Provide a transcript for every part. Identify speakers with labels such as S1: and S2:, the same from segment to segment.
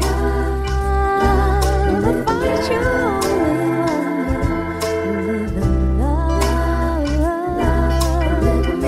S1: Love, find your only one. Live in love, live in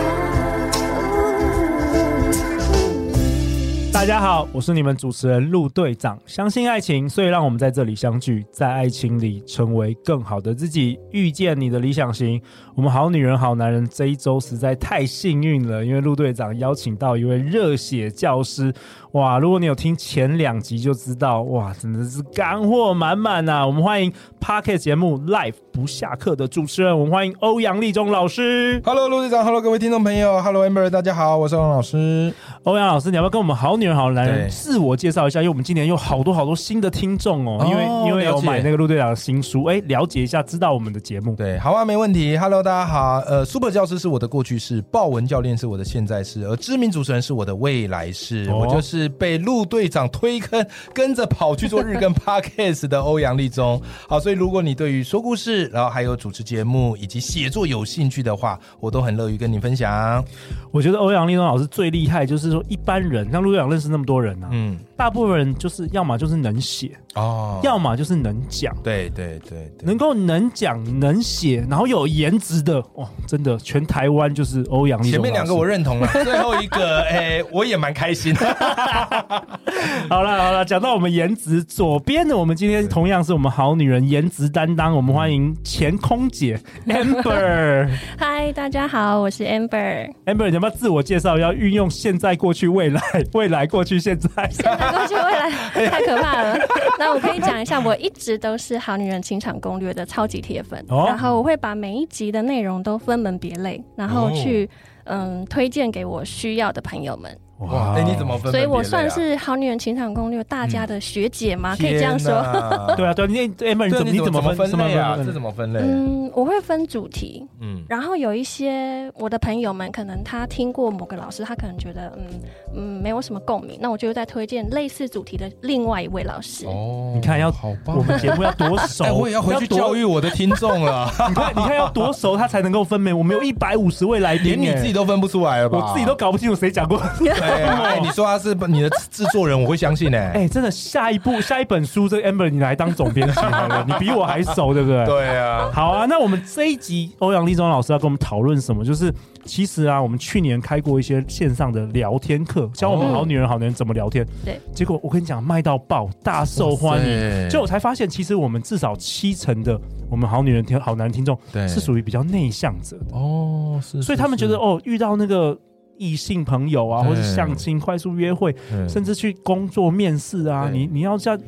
S1: love.
S2: 大家好，我是你们主持人陆队长。相信爱情，所以让我们在这里相聚，在爱情里成为更好的自己，遇见你的理想型。我们好女人、好男人这一周实在太幸运了，因为陆队长邀请到一位热血教师。哇，如果你有听前两集就知道，哇，真的是干货满满呐！我们欢迎 p o c k e t 节目《Life 不下课》的主持人，我们欢迎欧阳立中老师。
S3: Hello，陆队长，Hello，各位听众朋友，Hello Amber，大家好，我是王老师。
S2: 欧阳老师，你要不要跟我们好女人好男人
S3: 对
S2: 自我介绍一下？因为我们今年有好多好多新的听众哦，
S3: 哦
S2: 因为因为有
S3: 了解
S2: 买那个陆队长的新书，哎，了解一下，知道我们的节目。
S3: 对，好啊，没问题。Hello，大家好。呃，Super 教师是我的过去式，豹文教练是我的现在式，而知名主持人是我的未来式。
S2: 哦
S3: 我就是被陆队长推坑，跟着跑去做日更 Podcast 的欧阳立中。好，所以如果你对于说故事，然后还有主持节目以及写作有兴趣的话，我都很乐于跟你分享。
S2: 我觉得欧阳立中老师最厉害，就是说一般人像陆队长认识那么多人啊，
S3: 嗯，
S2: 大部分人就是要么就是能写，
S3: 哦，
S2: 要么就是能讲。
S3: 对对对对
S2: 能，够能讲能写，然后有颜值的，哇，真的全台湾就是欧阳立中
S3: 前
S2: 老师。
S3: 面两个我认同了，最后一个， 哎、我也蛮开心的。
S2: 好了好了，讲到我们颜值，左边的我们今天同样是我们好女人颜值担当，我们欢迎前空姐 Amber。
S4: 嗨，大家好，我是 Amber。
S2: Amber，你要不要自我介绍？要运用现在、过去、未来，未来、过去、现在。
S4: 难过去未来太可怕了。那我可以讲一下，我一直都是《好女人情场攻略》的超级铁粉，
S2: 哦
S4: 然后我会把每一集的内容都分门别类，然后去、嗯推荐给我需要的朋友们。
S3: 哇，哎、你怎么分、
S4: 所以我算。是《好女人情场攻略》大
S3: 嗯
S4: 家的学姐吗？可以这样说。
S3: 说
S2: 对啊，对啊，你 Amber，你怎
S3: 对啊，
S2: 么
S3: 你
S2: 怎
S3: 怎么
S2: 么分
S3: 分类啊？这
S2: 分
S3: 怎么分类？
S4: 嗯，我会分主题，
S3: 嗯，
S4: 然后有一些我的朋友们，可能他听过某个老师，他可能觉得嗯嗯没有什么共鸣，那我就会再推荐类似主题的另外一位老师。
S3: 哦
S2: 你看要
S3: 好棒
S2: 我们节目要多熟，
S3: 哎，我也要回去教育我的听众了，
S2: 要多。你看，你看要多熟，他才能够分辨。我们有一百五十位来宾，
S3: 连你自己
S2: 都，
S3: 都分不出来了吧？
S2: 我自己都搞不清楚谁讲过。
S3: 对啊，哎，你说他是你的制作人，我会相信哎。
S2: 哎，真的，下一步下一本书，这个 Amber 你来当总编辑好了，你比我还熟，对不对？
S3: 对啊，
S2: 好啊，那我们这一集欧阳立中老师要跟我们讨论什么？就是其实啊，我们去年开过一些线上的聊天课，教我们好女人、好男人怎么聊天。
S4: 对，
S2: 结果我跟你讲，卖到爆，大受欢
S3: 哇
S2: 迎。
S3: 塞
S2: 就我才发现，其实我们至少七成的我们好女人听、好男人听众
S3: 对
S2: 是属于比较内向者的，
S3: 哦，是
S2: 所以他们觉得哦，遇到那个异性朋友啊，
S3: 对
S2: 或者相亲、快速约会，甚至去工作面试啊，
S3: 对
S2: 你你要这样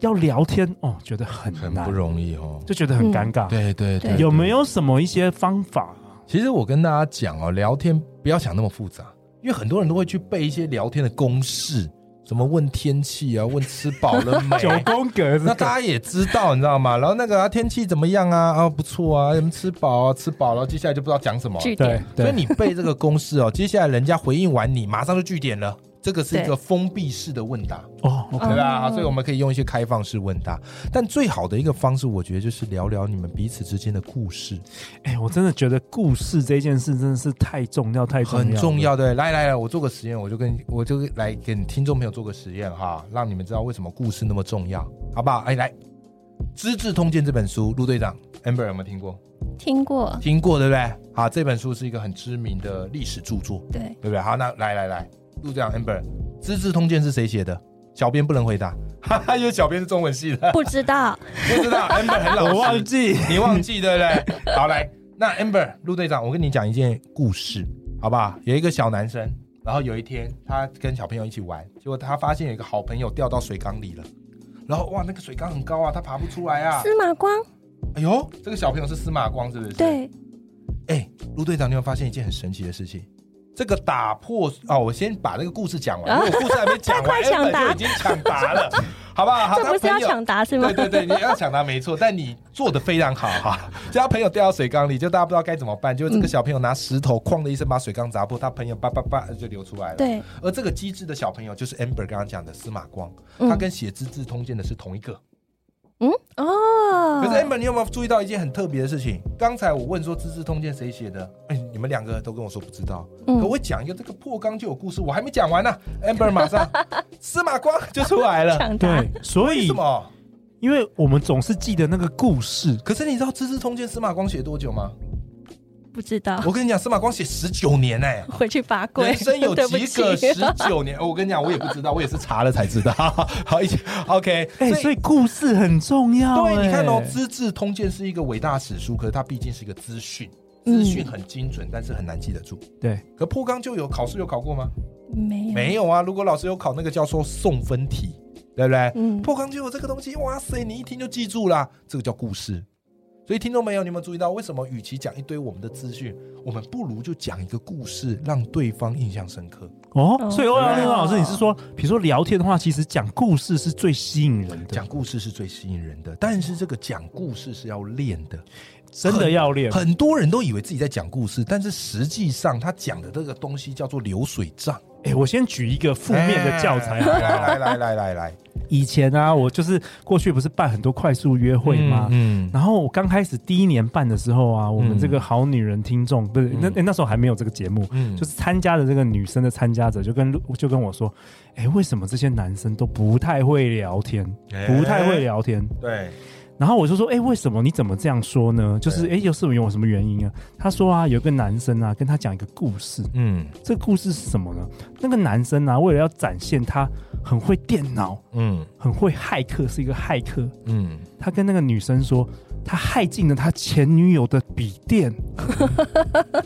S2: 要聊天哦，觉得很
S3: 很
S2: 难
S3: 不，容易哦。
S2: 就觉得很尴尬。
S3: 对对
S4: 对
S2: 有没有什么一些方法？，
S3: 其实我跟大家讲哦，聊天不要想那么复杂，因为很多人都会去背一些聊天的公式，什么问天气啊，问吃饱了没啊
S2: 九宫格
S3: 那大家也知道，你知道吗？然后那个、啊、天气怎么样啊？啊，不错啊，你们吃饱啊，吃饱，然后接下来就不知道讲什么。啊
S4: 据
S2: 对
S4: 点，
S3: 所以你背这个公式哦，接 下来人家回应完你，马上就据点了。这个是一个
S4: 对
S3: 封闭式的问答，
S2: 哦
S3: 对吧？啊
S4: 哦
S3: 所以我们可以用一些开放式问答，但最好的一个方式，我觉得就是聊聊你们彼此之间的故事，
S2: 哎、我真的觉得故事这件事真的是太重要，太重要，
S3: 很重。要的。来来来，我做个实验，我就跟我就来给听众朋友做个实验哈，让你们知道为什么故事那么重要，好不好？哎，来，《资治通鉴》这本书，陆队长 Amber 有没有听过？
S4: 听过，
S3: 听过对不对？好，这本书是一个很知名的历史著作，
S4: 对，
S3: 对不对？好，那来来来，陆队长 Amber，《资治通鉴》是谁写的？小编不能回答， 哈哈，因为小编是中文系的，
S4: 不知道，
S3: 不 知道 Amber 很
S2: 我
S3: 老
S2: 忘
S3: 实，
S2: 记，
S3: 你忘记对不对？好，来，那 Amber 陆队长，我跟你讲一件故事，好不好？有一个小男生，然后有一天他跟小朋友一起玩，结果他发现有一个好朋友掉到水缸里了，然后哇，那个水缸很高啊，他爬不出来 啊。
S4: 司马光，
S3: 哎呦，这个小朋友是司马光，是不是？
S4: 对，
S3: 哎，陆队长，你有没有发现一件很神奇的事情？这个打破啊、我先把这个故事讲完，
S4: 啊
S3: 因为我故事还没讲 完，
S4: 快抢答
S3: Amber 就已经抢答了，好不好？好
S4: 这不是要。抢答是
S3: 他
S4: 吗
S3: 朋友？对对对，你要抢答没错，但你做的非常好哈。就他朋友掉到水缸里，就大家不知道该怎么办，就这个
S4: 嗯
S3: 小朋友拿石头哐的一声把水缸砸破，他朋友叭叭叭就流出来了。，
S4: 对，
S3: 而这个机智的小朋友就是 Amber 刚刚讲的司马光，
S4: 嗯
S3: 他跟写《资治通鉴》的是同一个。
S4: 嗯哦，
S3: 可是 Amber，你有没有注意到一件很特别的事情？刚才我问说《资治通鉴》谁写的，哎、你们两个都跟我说不知道。可
S4: 嗯，
S3: 我讲一个这个破缸就有故事，我还没讲完呢、a m b e r 马上司马光就出来了。
S4: 抢答
S2: 对，所
S3: 为
S2: 以
S3: 什么？
S2: 因为我们总是记得那个故事，
S3: 可是你知道《资治通鉴》司马光写多久吗？
S4: 不知道，
S3: 我跟你讲，司马光写十九年哎、
S4: 回去罚跪，
S3: 人生有
S4: 对不
S3: 几个
S4: 起
S3: 十九年？哦我跟你讲，我也不知道，我也是查了才知道。 好，一起 OK。
S2: 哎、所以故事很重要、
S3: 对，你
S2: 哎
S3: 看
S4: 欸
S3: 哦，《资治通鉴》是一个伟大史书，可是它毕竟是一个资讯，
S4: 嗯
S3: 资讯很精准，但是很难记得住。
S2: 对，
S3: 可破缸就有考试有考过吗？
S4: 没有
S3: 没有啊，如果老师有考那个叫做送分题，对不对？
S4: 嗯
S3: 破缸就有这个东西，哇塞，你一听就记住啦，这个叫故事。所以听众朋友，你有没有注意到，为什么与其讲一堆我们的资讯，我们不如就讲一个故事，让对方印象深刻？
S2: 哦，
S4: 哦
S2: 所以欧阳
S3: 对
S2: 立中老师，你是
S3: 哦
S2: 说，比如说聊天的话，其实讲故事是最吸引人的，
S3: 讲故事是最吸引人的，但是这个讲故事是要练的。
S2: 真的要练，
S3: 很多人都以为自己在讲故事，但是实际上他讲的这个东西叫做流水账，
S2: 哎、我先举一个负面的教材
S3: 哎
S2: 好不好
S3: 来来来来来来，
S2: 以前啊，我就是过去不是办很多快速约会吗？
S3: 嗯，
S2: 然后我刚开始第一年办的时候啊，我们
S3: 嗯
S2: 这个好女人听众、不是那、诶那时候还没有这个节目，
S3: 嗯
S2: 就是参加的这个女生的参加者就跟就跟我说，哎、为什么这些男生都不太会聊天，
S3: 诶
S2: 不太会聊天？
S3: 对，
S2: 然后我就说，哎、为什么？你怎么这样说呢？就是哎、诶有什么有什么原因啊？他说啊，有一个男生啊，跟他讲一个故事，
S3: 嗯
S2: 这个故事是什么呢？那个男生啊，为了要展现他很会电脑，
S3: 嗯
S2: 很会骇客，是一个骇客，
S3: 嗯，
S2: 他跟那个女生说，他害进了他前女友的笔 电。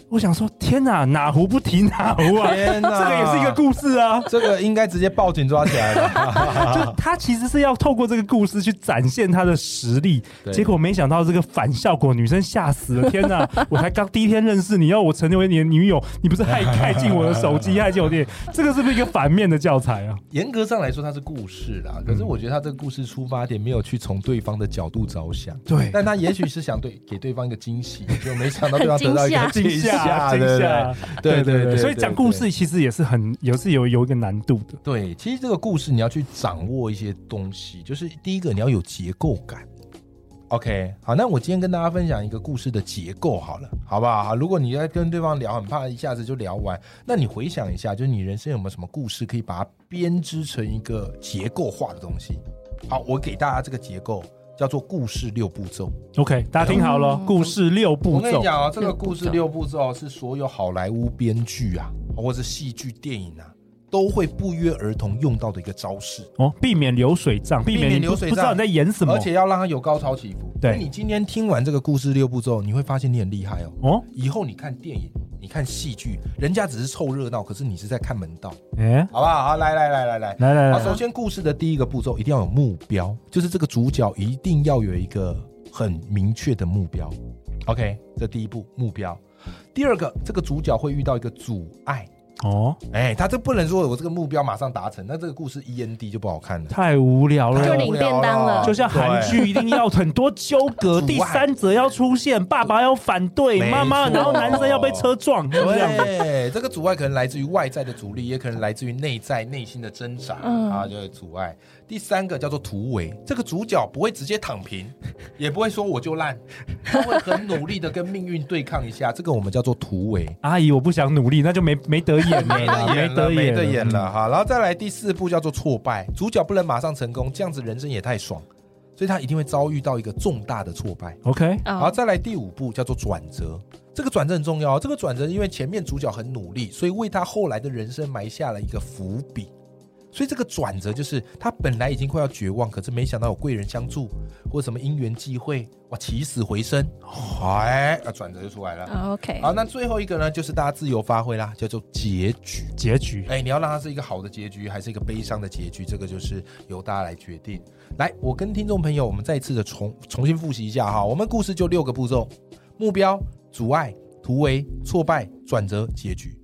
S2: 我想说，天哪，哪壶不提哪壶啊！
S3: 天哪。
S2: 这个也是一个故事啊
S3: 这个应该直接报警抓起 来了。
S2: 就他其实是要透过这个故事去展现他的实力，
S3: 对
S2: 结果没想到这个反效果，女生吓死了！天 哪，我才刚第一天认识你，要我成为你的女友，你不是害害进我的手机，害进我的电，这个是不是一个反面的教材啊？
S3: 严格上来说，它是故事
S2: 嗯
S3: 啦，可是我觉得他这个故事出发点没有去从对方的角度着想。
S2: 对
S3: 但他也许是想对给对方一个惊喜，就没想到对方
S4: 很
S3: 得到一个
S2: 惊吓，
S3: 对
S2: 惊
S3: 不对
S2: 吓，
S3: 对对对，
S2: 所以讲故事其实也是很，也是有有一个难度的。
S3: 对，其实这个故事你要去掌握一些东西，就是第一个你要有结构感。OK，好，那我今天跟大家分享一个故事的结构好了，好不好？好如果你要跟对方聊，很怕一下子就聊完，那你回想一下，就是你人生有没有什么故事可以把它编织成一个结构化的东西？好，我给大家这个结构叫做故事六步骤。
S2: OK，大家听好了，故事六步
S3: 嗯我跟
S2: 骤
S3: 你。讲啊，这个故事六步骤哦是所有好莱坞编剧啊，或者戏剧、电影啊，都会不约而同用到的一个招式。
S2: 哦，避免流水账，避
S3: 免
S2: 免你不
S3: 流水
S2: 不知道
S3: 账
S2: 你在演什么
S3: 而。且要让它有高潮起伏。
S2: 对
S3: 你今天听完这个故事六步骤，你会发现你很厉害哦。
S2: 哦，
S3: 以后你看电影，你看戏剧，人家只是凑热闹，可是你是在看门道，
S2: 哎，
S3: 好不好？好，来来来来来。
S2: 来来
S3: 好，
S2: 来
S3: 首
S2: 来，
S3: 先故事的第一个步骤一定要有目标，就是这个主角一定要有一个很明确的目标。OK，这第一步目标。第二个，这个主角会遇到一个阻碍，
S2: 哦，
S3: 哎，他这不能说我这个目标马上达成，那这个故事 END 就不好看了。
S2: 太无聊
S4: 就
S2: 了
S4: 你。领便当了
S2: 就像韩剧一定要很多纠葛，
S3: 对
S2: 第三者要出现，爸爸要反对
S3: 没
S2: 妈妈，
S3: 错
S2: 然后男生要被车撞，是 这样子。
S3: 对，这个阻碍可能来自于外在的阻力，也可能来自于内在内心的挣扎、
S4: 嗯
S3: 啊，就是阻碍。第三个叫做突围，这个主角不会直接躺平，也不会说我就烂，他会很努力的跟命运对抗一下，这个我们叫做突围。
S2: 阿姨，我不想努力，那就没没得演了啦，
S3: 没
S2: 得
S3: 没
S2: 演
S3: 得
S2: 了
S3: 演了。哈，然后再来第四步叫做挫败，主角不能马上成功，这样子人生也太爽，所以他一定会遭遇到一个重大的挫败。
S2: OK，
S3: 好，
S4: 哦，
S3: 再来第五步叫做转折。这个转折很重要哦，这个转折因为前面主角很努力，所以为他后来的人生埋下了一个伏笔。所以这个转折就是他本来已经快要绝望，可是没想到有贵人相助，或什么因缘际会，哇，起死回生，哎，那转折就出来了。
S4: 啊 OK，
S3: 好，那最后一个呢，就是大家自由发挥啦，叫做结局。
S2: 结局
S3: 哎，你要让它是一个好的结局，还是一个悲伤的结局？这个就是由大家来决定。来，我跟听众朋友，我们再一次的重重新复习一下哈。我们故事就六个步骤：目标、阻碍、突围、挫败、转折、结局。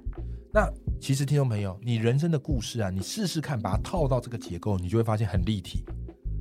S3: 那其实听众朋友，你人生的故事啊，你试试看，把它套到这个结构，你就会发现很立体，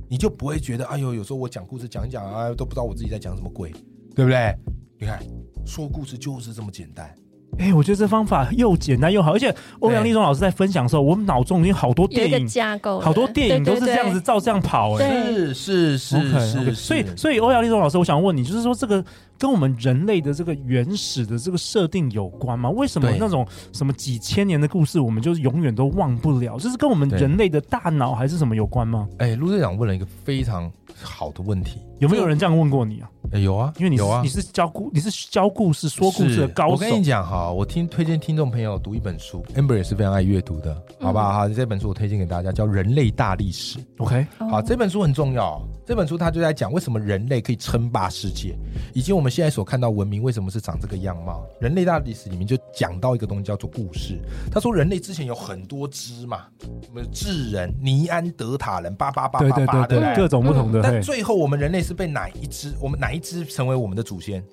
S3: 你就不会觉得哎呦，有时候我讲故事讲一讲哎啊，都不知道我自己在讲什么鬼，对不对？你看，说故事就是这么简单。
S2: 哎、我觉得这方法又简单又好，而且欧阳立中老师在分享的时候，我脑中已经好多
S4: 有
S2: 电
S4: 一个
S2: 影，
S4: 架构的，
S2: 好多电影都是
S4: 对对
S2: 这样子，照这样跑、哎，
S4: 对
S3: 是是是
S2: OK，OK
S3: 是，
S2: 所以
S3: 是
S2: 所以欧阳立中老师，我想问你，就是说这个跟我们人类的这个原始的这个设定有关吗？为什么
S3: 对
S2: 那种什么几千年的故事，我们就是永远都忘不了？这是跟我们
S3: 对
S2: 人类的大脑还是什么有关吗？
S3: 哎，陆队长问了一个非常好的问题。
S2: 有没有人这样问过你啊？
S3: 哎，有啊，
S2: 因为你是
S3: 有啊
S2: 你，是教故你是教故事说故事的高
S3: 是
S2: 手，
S3: 我跟你讲哈，我听推荐听众朋友读一本书，Amber 也是非常爱阅读的，好不好？好，这本书我推荐给大家，叫《人类大历史》。
S2: OK，
S3: 好，这本书很重要。这本书它就在讲为什么人类可以称霸世界，以及我们现在所看到文明为什么是长这个样貌。人类大历史里面就讲到一个东西叫做故事。他说人类之前有很多支嘛，什么智人、尼安德塔人、叭叭叭
S2: 对
S3: 叭
S2: 对对
S3: 叭，对不
S2: 对，
S3: 对？
S2: 各种不同的，嘿
S3: 但最后我们人类是被哪一只？我们哪一只成为我们的祖先？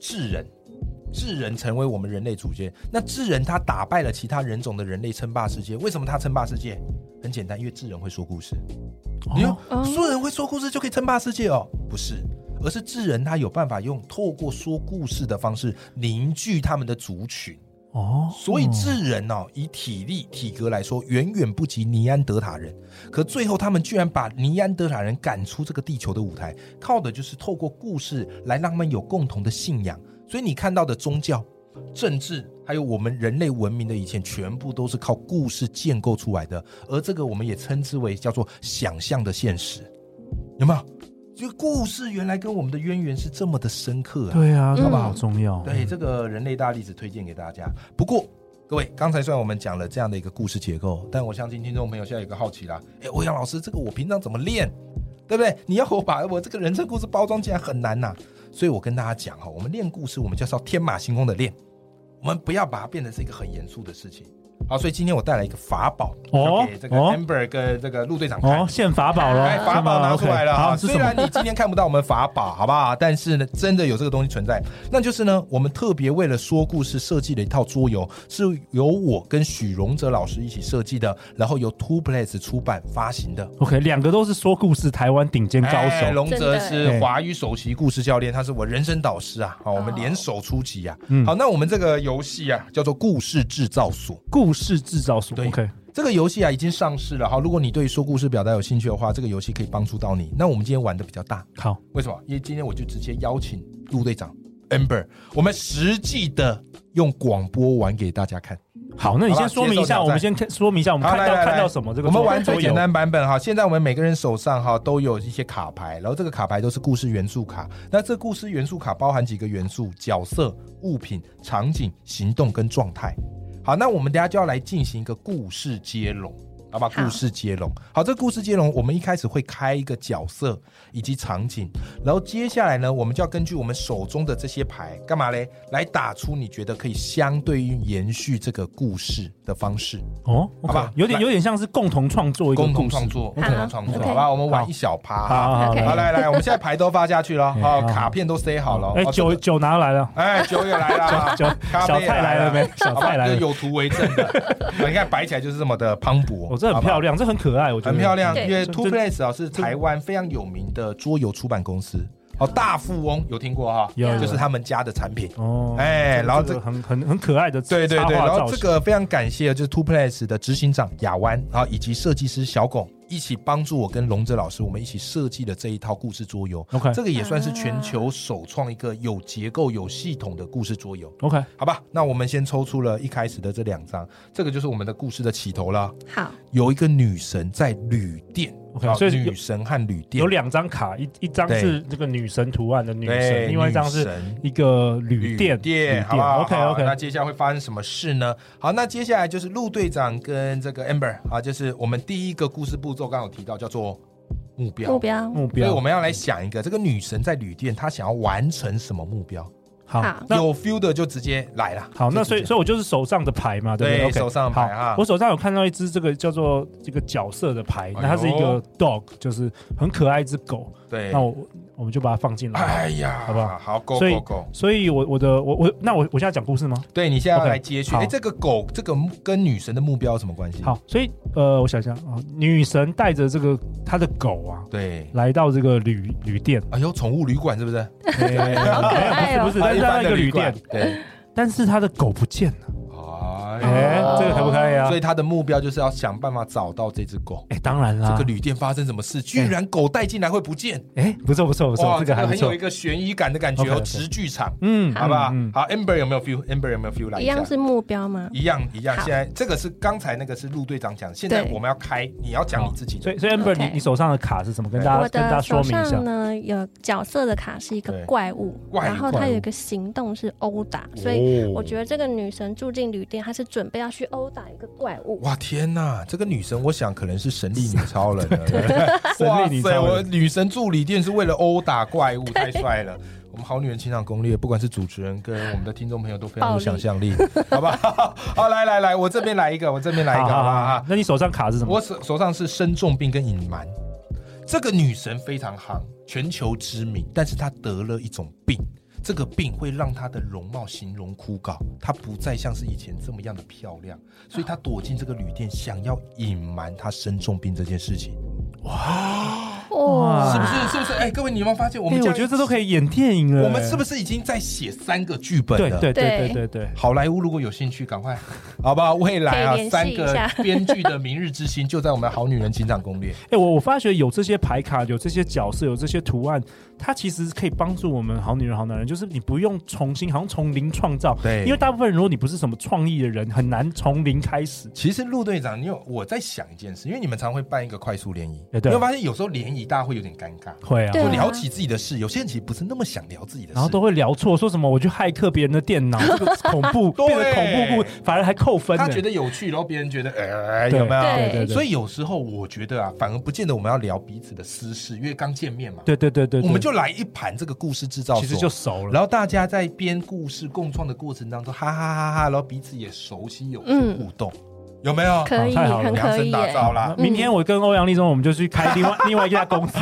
S3: 智人，智人成为我们人类祖先。那智人他打败了其他人种的人类，称霸世界。为什么他称霸世界？很简单，因为智人会说故事。你
S2: 哦
S3: 看，所有人会说故事就可以称霸世界哦？不是，而是智人他有办法用透过说故事的方式凝聚他们的族群。
S2: 哦，
S3: 所以智人哦，以体力体格来说，远远不及尼安德塔人。可最后，他们居然把尼安德塔人赶出这个地球的舞台，靠的就是透过故事来让他们有共同的信仰。所以你看到的宗教、政治，还有我们人类文明的以前，全部都是靠故事建构出来的。而这个我们也称之为叫做想象的现实，有没有？这个故事原来跟我们的渊源是这么的深刻啊！
S2: 对啊，
S4: 嗯
S2: 他们好重要，
S3: 对，这个人类大历史推荐给大家。不过，各位，刚才虽然我们讲了这样的一个故事结构，但我相信听众朋友现在有个好奇啦，哎，欧阳老师，这个我平常怎么练？对不对？你要我把我这个人生故事包装起来很难呐、所以我跟大家讲哈、我们练故事，我们就是要天马行空的练，我们不要把它变成是一个很严肃的事情。好，所以今天我带来一个法宝，
S2: 哦
S3: 要给这个
S2: 哦
S3: Amber 跟这个陆队长看。
S2: 哦，宪法宝喽，
S3: 哎，法宝拿出来了
S2: 宪法
S3: 哈。
S2: ，OK，好是
S3: 虽
S2: 什么
S3: 然？你今天看不到我们法宝，好不好？但是呢，真的有这个东西存在。那就是呢，我们特别为了说故事设计了一套桌游，是由我跟许荣哲老师一起设计的，然后由 Two Place 出版发行的。
S2: OK，两个都是说故事台湾顶尖高
S3: 哎
S2: 手，
S3: 龙泽
S4: 真
S3: 是
S2: 的
S3: 华语首席故事教练，他是我人生导师啊。好，我们联手出击啊。
S2: 哦嗯
S3: 好，那我们这个游戏啊，叫做故事制造所。
S2: 故事制造所
S3: 对
S2: OK，
S3: 这个游戏啊已经上市了哈，如果你对说故事表达有兴趣的话，这个游戏可以帮助到你。那我们今天玩的比较大，
S2: 好，
S3: 为什么？因为今天我就直接邀请陆队长 Amber，我们实际的用广播玩给大家看。
S2: 好，那你
S3: 好
S2: 先
S3: 啦
S2: 说明一
S3: 接受挑
S2: 下，
S3: 战
S2: 我们先看说明一下我们
S3: 好
S2: 看到
S3: 来来来
S2: 看到什么这个
S3: 我们
S2: 桌
S3: 玩
S2: 桌
S3: 最
S2: 游
S3: 简单版本哈。现在我们每个人手上哈都有一些卡牌，然后这个卡牌都是故事元素卡。那这故事元素卡包含几个元素：角色、物品、场景、行动跟状态。好，那我们等一下就要来进行一个故事接龙。好吧，
S4: 好
S3: 故事接龙。好，这故事接龙，我们一开始会开一个角色以及场景，然后接下来呢，我们就要根据我们手中的这些牌，干嘛嘞？来打出你觉得可以相对应延续这个故事的方式。
S2: 哦
S3: 好吧
S2: ，OK，有点
S3: 来
S2: 有点像是共同创作一个
S3: 共
S2: 故
S3: 同
S2: 事
S3: 创，作，共
S4: 好
S3: 同创作，
S4: OK
S3: 好吧？我们玩
S2: 好
S3: 一小趴。
S2: 好好好哎
S4: OK
S3: 好，来来，我们现在牌都发下 去了，好，
S2: 好
S3: 卡片都塞好了。
S2: 哎，
S3: 哦
S2: 酒，
S3: 这个
S2: 酒拿来了，
S3: 哎，酒也来 了，
S2: 酒
S3: 咖啡
S2: 小
S3: 也
S2: 菜来了没小
S3: 好吧
S2: 菜来了
S3: 这有图为证的。 你看摆起来就是这么的磅礴，
S2: 哦，这
S3: 好
S2: 很
S3: 不好
S2: 漂亮，这很可爱，我觉得
S3: 很漂亮。
S4: 对
S3: 因为
S2: 这
S3: Two
S2: 这
S3: Place 啊是台湾非常有名的桌游出版公司，哦，大富翁有听过哈，
S2: 有有
S3: 就是他们家的产品。
S2: 哦，
S3: 哎，然后这
S2: 个很很很可爱的
S3: 对对
S2: 插
S3: 对，
S2: 画
S3: 然
S2: 造
S3: 后
S2: 型
S3: 这个非常感谢就是 Two Place 的执行长雅湾，然后以及设计师小巩一起帮助我跟龙泽老师，我们一起设计的这一套故事桌游。
S2: OK
S3: 这个也算是全球首创一个有结构、有系统的故事桌游。
S2: OK
S3: 好吧，那我们先抽出了一开始的这两张，这个就是我们的故事的起头了。
S4: 好，
S3: 有一个女神在旅店
S2: OK，
S3: 好
S2: 所以有
S3: 女神和旅店
S2: 有两张卡，一一张
S3: 对
S2: 是这个女神图案的女
S3: 对
S2: 神，另外一张
S3: 女
S2: 是
S3: 神
S2: 一个旅店
S3: 店，好不好
S2: ，OK
S3: 好
S2: OK，
S3: 那接下来会发生什么事呢？好，那接下来就是陆队长跟这个 Amber 啊，就是我们第一个故事步骤，刚刚有提到叫做目标。
S4: 目标
S2: 目
S3: 所以
S2: 标
S3: 我们要来想一个，这个女神在旅店，她想要完成什么目标？
S2: 好
S4: 好
S2: 那
S3: 有 feel 的就直接来了。
S2: 好，那
S3: 就直
S2: 所以
S3: 接
S2: 所以我就是手上的牌嘛，不对
S3: 对
S2: OK，
S3: 手上的
S2: 好
S3: 牌哈
S2: 我手上有看到一只这个叫做这个角色的牌，那它是一
S3: 哎
S2: 个
S3: 呦哎
S2: dog，就是很可爱一只狗。
S3: 对
S2: 那，我我们就把它放进来。
S3: 哎呀，
S2: 好不好
S3: 好，Go
S2: 所以
S3: Go Go！
S2: 所以我我的我我那我我现在讲故事吗？
S3: 对你现在要
S2: OK，
S3: 来接续。
S2: 好
S3: 哎，这个狗，这个跟女神的目标有什么关系？，
S2: 好，所以呃，我想想啊，女神带着这个她的狗啊，
S3: 对，
S2: 来到这个旅旅店，
S3: 哎呦，宠物旅馆是不是？
S2: 哎没有不是不是，但
S3: 啊一
S2: 是在
S3: 般的
S2: 那个旅
S3: 馆
S2: 店，
S3: 对，
S2: 但是他的狗不见了，
S3: 哎，
S2: 哎、这个可不可以啊
S3: 所？以他的目标就是要想办法找到这只狗。
S2: 哎，当然
S3: 这
S2: 啦
S3: 个，旅店发生什么事？居然狗带进来会不见，
S2: 哎，不错不错不错，这个还不
S3: 很有
S2: 错
S3: 一，个悬疑感的感觉哦，
S2: OK，OK
S3: 直剧场，
S2: 嗯，
S3: 好不好
S2: 嗯？嗯
S3: 好，Amber 有没有 feel？Amber 有没有 feel 来
S4: 一
S3: 下
S4: 样是目标吗？
S3: 一样一样。
S4: 好
S3: 现在这个是刚才那个是陆队长讲，现在
S4: 对
S3: 我们要开，你要讲你自己的。
S2: 所以所以 Amber，
S4: OK
S2: 你你手上的卡是什么？跟大家
S4: 我
S2: 跟大家
S4: 的
S2: 说
S4: 手
S2: 明一下
S4: 上。呢有角色的卡是一个
S3: 对
S4: 怪物，
S3: 怪
S4: 然后
S3: 怪
S4: 它有
S3: 物
S4: 一个行动是殴打，所以
S5: 哦，
S4: 我觉得这个女神住进旅店，她是准备要去殴打一个怪物。
S3: 哇天呐，这个女神，我想可能是神力女 超人了。
S2: 神力女超人
S3: 我女神助理店是为了殴打怪物，太帅了。我们好女人情场攻略，不管是主持人跟我们的听众朋友都非常有想象力，好吧？好， 来来来，我这边来一个，我这边来一
S2: 好
S3: 个，好
S2: 好
S3: 不好？
S2: 好
S3: 啊，
S2: 那你手上卡是什么？
S3: 我手手上是生重病跟隐瞒，这个女神非常夯，全球知名，但是她得了一种病。这个病会让她的容貌形容枯槁，她不再像是以前这么样的漂亮，所以她躲进这个旅店，想要隐瞒她生重病这件事情，
S4: 哇
S3: 是不是？是不是？哎，各位，你有没有发现我
S2: 啊哎
S3: 们这
S2: 我
S3: 样？
S2: 觉得这都可以演电影了。
S3: 我们是不是已经在写三个剧本
S2: 对
S3: 了？
S2: 对对对
S4: 对
S2: 对对，
S3: 好莱坞如果有兴趣，赶快，好不好？未来啊
S4: 可以，联
S3: 三
S4: 系一
S3: 个
S4: 下
S3: 编剧的明日之星就在我们《好女人情场攻略》。
S2: 哎，我我发觉有这些牌卡，有这些角色，有这些图案，它其实可以帮助我们好女人、好男人，就是你不用重新，好像从零创造。
S3: 对
S2: 因为大部分人如果你不是什么创意的人，很难从零开始。
S3: 其实陆队长，你有我在想一件事，因为你们常会办一个快速联谊，
S2: 哎
S3: 你
S2: 对
S3: 会发现有时候联谊大家会有点尴尬，
S2: 会啊，
S4: 对
S3: 就
S4: 啊
S3: 聊起自己的事，有些人其实不是那么想聊自己的事，
S2: 然后都会聊错，说什么我去骇客别人的电脑，这个恐 怖变得恐怖故
S3: 对，
S2: 反而还扣分呢。
S3: 他觉得有趣，然后别人觉得哎、
S2: 对
S3: 有没有？
S4: 对
S2: 对对
S3: 所以有时候我觉得啊，反而不见得我们要聊彼此的私事，因为刚见面嘛，
S2: 对对对对，对
S3: 我们就来一盘这个故事制造所，
S2: 其实就熟了。
S3: 然后大家在编故事共创的过程当中，哈哈哈哈，然后彼此也熟悉有
S4: 嗯
S3: 互动，有没有？
S4: 可以，
S2: 太好了
S4: 很
S3: 量
S4: 可
S3: 身
S4: 以
S3: 打
S4: 耶。
S3: 造 啦，
S2: 明天我跟欧阳立中，我们就去开另外 另外一家公司，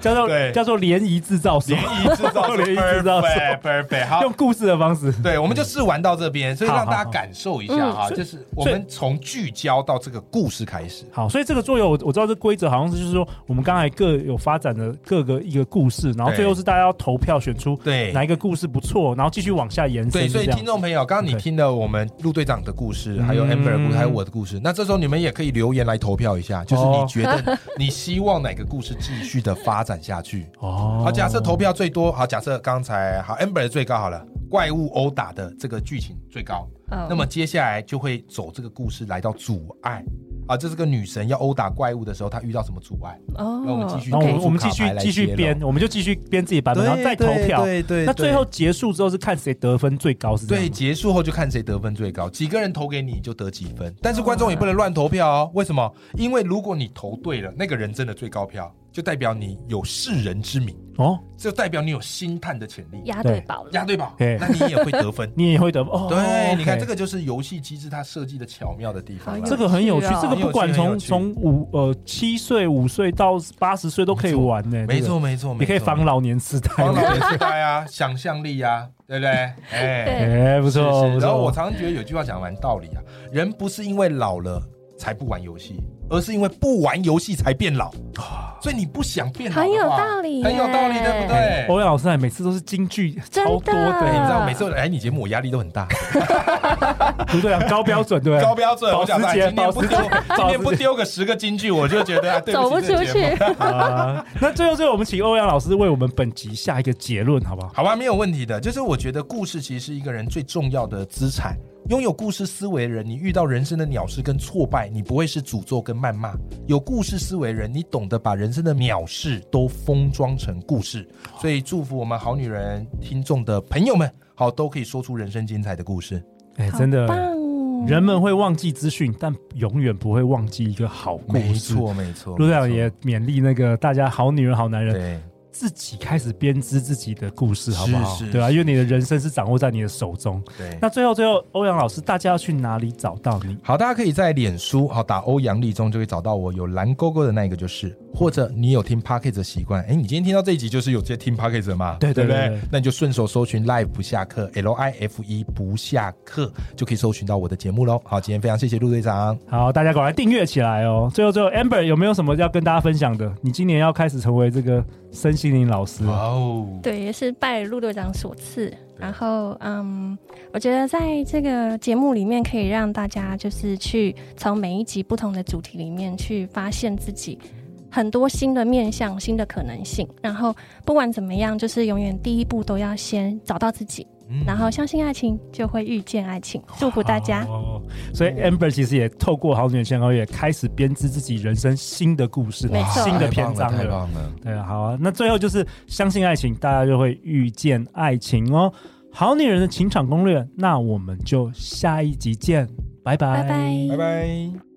S2: 叫做
S3: 对
S2: 叫做联谊制造所
S3: 联，谊制造所，
S2: 联谊制造所
S3: perfect，perfect，好，
S2: 用故事的方式。
S3: 对，我们就试玩到这边，所以
S2: 好
S3: 让大
S2: 好
S3: 家感受一下哈，嗯就是我们从聚焦到这个故事开始。
S2: 好，所以这个桌游我我知道这规则好像是就是说，我们刚才各有发展的各个一个故事，然后
S3: 对
S2: 最后是大家要投票选出
S3: 对
S2: 哪一个故事不错，然后继续往下延
S3: 对，
S2: 伸。
S3: 所以
S2: 是这样
S3: 听众朋友，刚刚你
S2: OK
S3: 听了我们陆队长的故事，还有
S2: 嗯
S3: Amber 的故事，还有我的故事，那这时候你们也可以留言来投票一下，就是
S2: 哦
S3: 你觉 得你希望哪个故事继续的发展下去？
S2: 哦，
S3: 好，假设投票最多，好，假设刚才好 Amber 最高好了，怪物殴打的这个剧情最高，
S4: 嗯
S3: 那么接下来就会走这个故事来到阻碍啊，这是个女神要殴打怪物的时候，她遇到什么阻碍？
S4: 哦，
S3: 那我们继续
S2: 然后我们
S3: 可以
S2: 我们
S3: 卡
S2: 继续
S3: 牌来
S2: 继续
S3: 揭
S2: 编，
S3: 露
S2: 我们就继续编自己版本，
S3: 对
S2: 然后再投票。
S3: 对对对
S2: 那最后结束之后是看谁得分最高，是这样
S3: 对，
S2: 吗。
S3: 结束后就看谁得分最高，几个人投给你就得几分。但是观众也不能乱投票哦，为什么？因为如果你投对了，那个人真的最高票，就代表你有世人之名，
S2: 哦，
S3: 就代表你有星探的潜 力，
S4: 押
S2: 对
S4: 对宝了。
S3: 押对吧？
S2: 对。
S3: 那你也会得分
S2: 你也会得分哦。
S3: 对，你看
S2: OK
S3: 这个就是游戏机制它设计的巧妙的地方啦。
S4: 好
S2: 这个很有趣
S4: 有趣哦，
S2: 这个不管
S3: 啊很
S2: 从
S3: 有趣
S2: 从五呃七岁、五岁到八十岁都可以玩呢、
S3: 没
S2: 这
S3: 错
S2: 个，
S3: 没错，
S2: 你可以
S3: 没错
S2: 防老年痴呆
S3: 防
S2: 嘛。
S3: 老年痴呆啊，想象力啊，对不对？哎，
S4: 对
S2: 哎、不
S3: 是
S2: 错，
S3: 是
S2: 不错。
S3: 然后我常常觉得有句话讲得蛮道理啊，人不是因为老了才不玩游戏，而是因为不玩游戏才变老。
S2: 啊
S3: 所以你不想变老的话，
S4: 很有道理耶
S3: 很有道理，对不对？
S2: 欧阳老师啊还每次都是京剧超多
S4: 真
S3: 哎你
S4: 的
S2: 的，
S3: 知道每次来你节目，我压力都很大，
S2: 对不对啊？高标准对不对？
S3: 高标准。
S2: 保
S3: 我
S2: 时
S3: 想说，
S2: 捷
S3: 今天不
S2: 保时
S3: 丢
S2: 捷，
S3: 今天
S2: 保
S3: 不
S2: 时捷
S3: 丢个十个金句，我就觉得啊对
S4: 走
S3: 不
S4: 不
S3: 起
S4: 出。
S3: 这个节目
S4: 去，
S2: 啊。那最后最后，我们请欧阳老师为我们本集下一个结论，好不好？
S3: 好吧，没有问题的。就是我觉得故事其实是一个人最重要的资产。拥有故事思维的人，你遇到人生的鸟事跟挫败，你不会是诅咒跟谩骂。有故事思维的人，你懂得把人生的鸟事都封装成故事。所以祝福我们好女人听众的朋友们，好都可以说出人生精彩的故事。
S2: 哎、真的
S4: 好，棒。
S2: 人们会忘记资讯，但永远不会忘记一个好故
S3: 没
S2: 事。
S3: 错，没错。
S2: 陆队长
S3: 没错
S2: 也勉励那个大家好女人、好男人，
S3: 对，
S2: 自己开始编织自己的故事，好不好？
S3: 是是
S2: 对啊，
S3: 是
S2: 因为你的人生是掌握在你的手中。
S3: 对
S2: 那最后最后，欧阳老师，大家要去哪里找到你？
S3: 好，大家可以在脸书好打欧阳立中就会找到我，有蓝勾勾的那一个就是，或者你有听 p a c k a g e 的习惯，哎、你今天听到这一集就是有在听 p a c k a g e 嘛，
S2: 对对
S3: 不
S2: 对对
S3: 那你就顺手搜寻 Live 不下课，L I F E 不下课就可以搜寻到我的节目喽。好，今天非常谢谢陆队长，
S2: 好，大家赶快订阅起来哦！最后最后，Amber 有没有什么要跟大家分享的？你今年要开始成为这个身心灵老师了，
S3: 哦，
S4: 对，也是拜陆队长所赐，然后，嗯，我觉得在这个节目里面，可以让大家就是去从每一集不同的主题里面去发现自己很多新的面向、新的可能性。然后，不管怎么样，就是永远第一步都要先找到自己，
S3: 嗯
S4: 然后相信爱情，就会遇见爱情。祝福大家！
S2: 哦，所以
S3: 嗯
S2: Amber 其实也透过《好女人健康月》开始编织自己人生新的故事
S4: 没、错
S2: 新的
S3: 太
S2: 篇
S3: 棒
S2: 章
S3: 太
S2: 了。
S3: 棒了！
S2: 对啊，好啊。那最后就是相信爱情，大家就会遇见爱情哦。好女人的情场攻略，那我们就下一集见，拜拜，
S4: 拜拜
S3: 拜拜。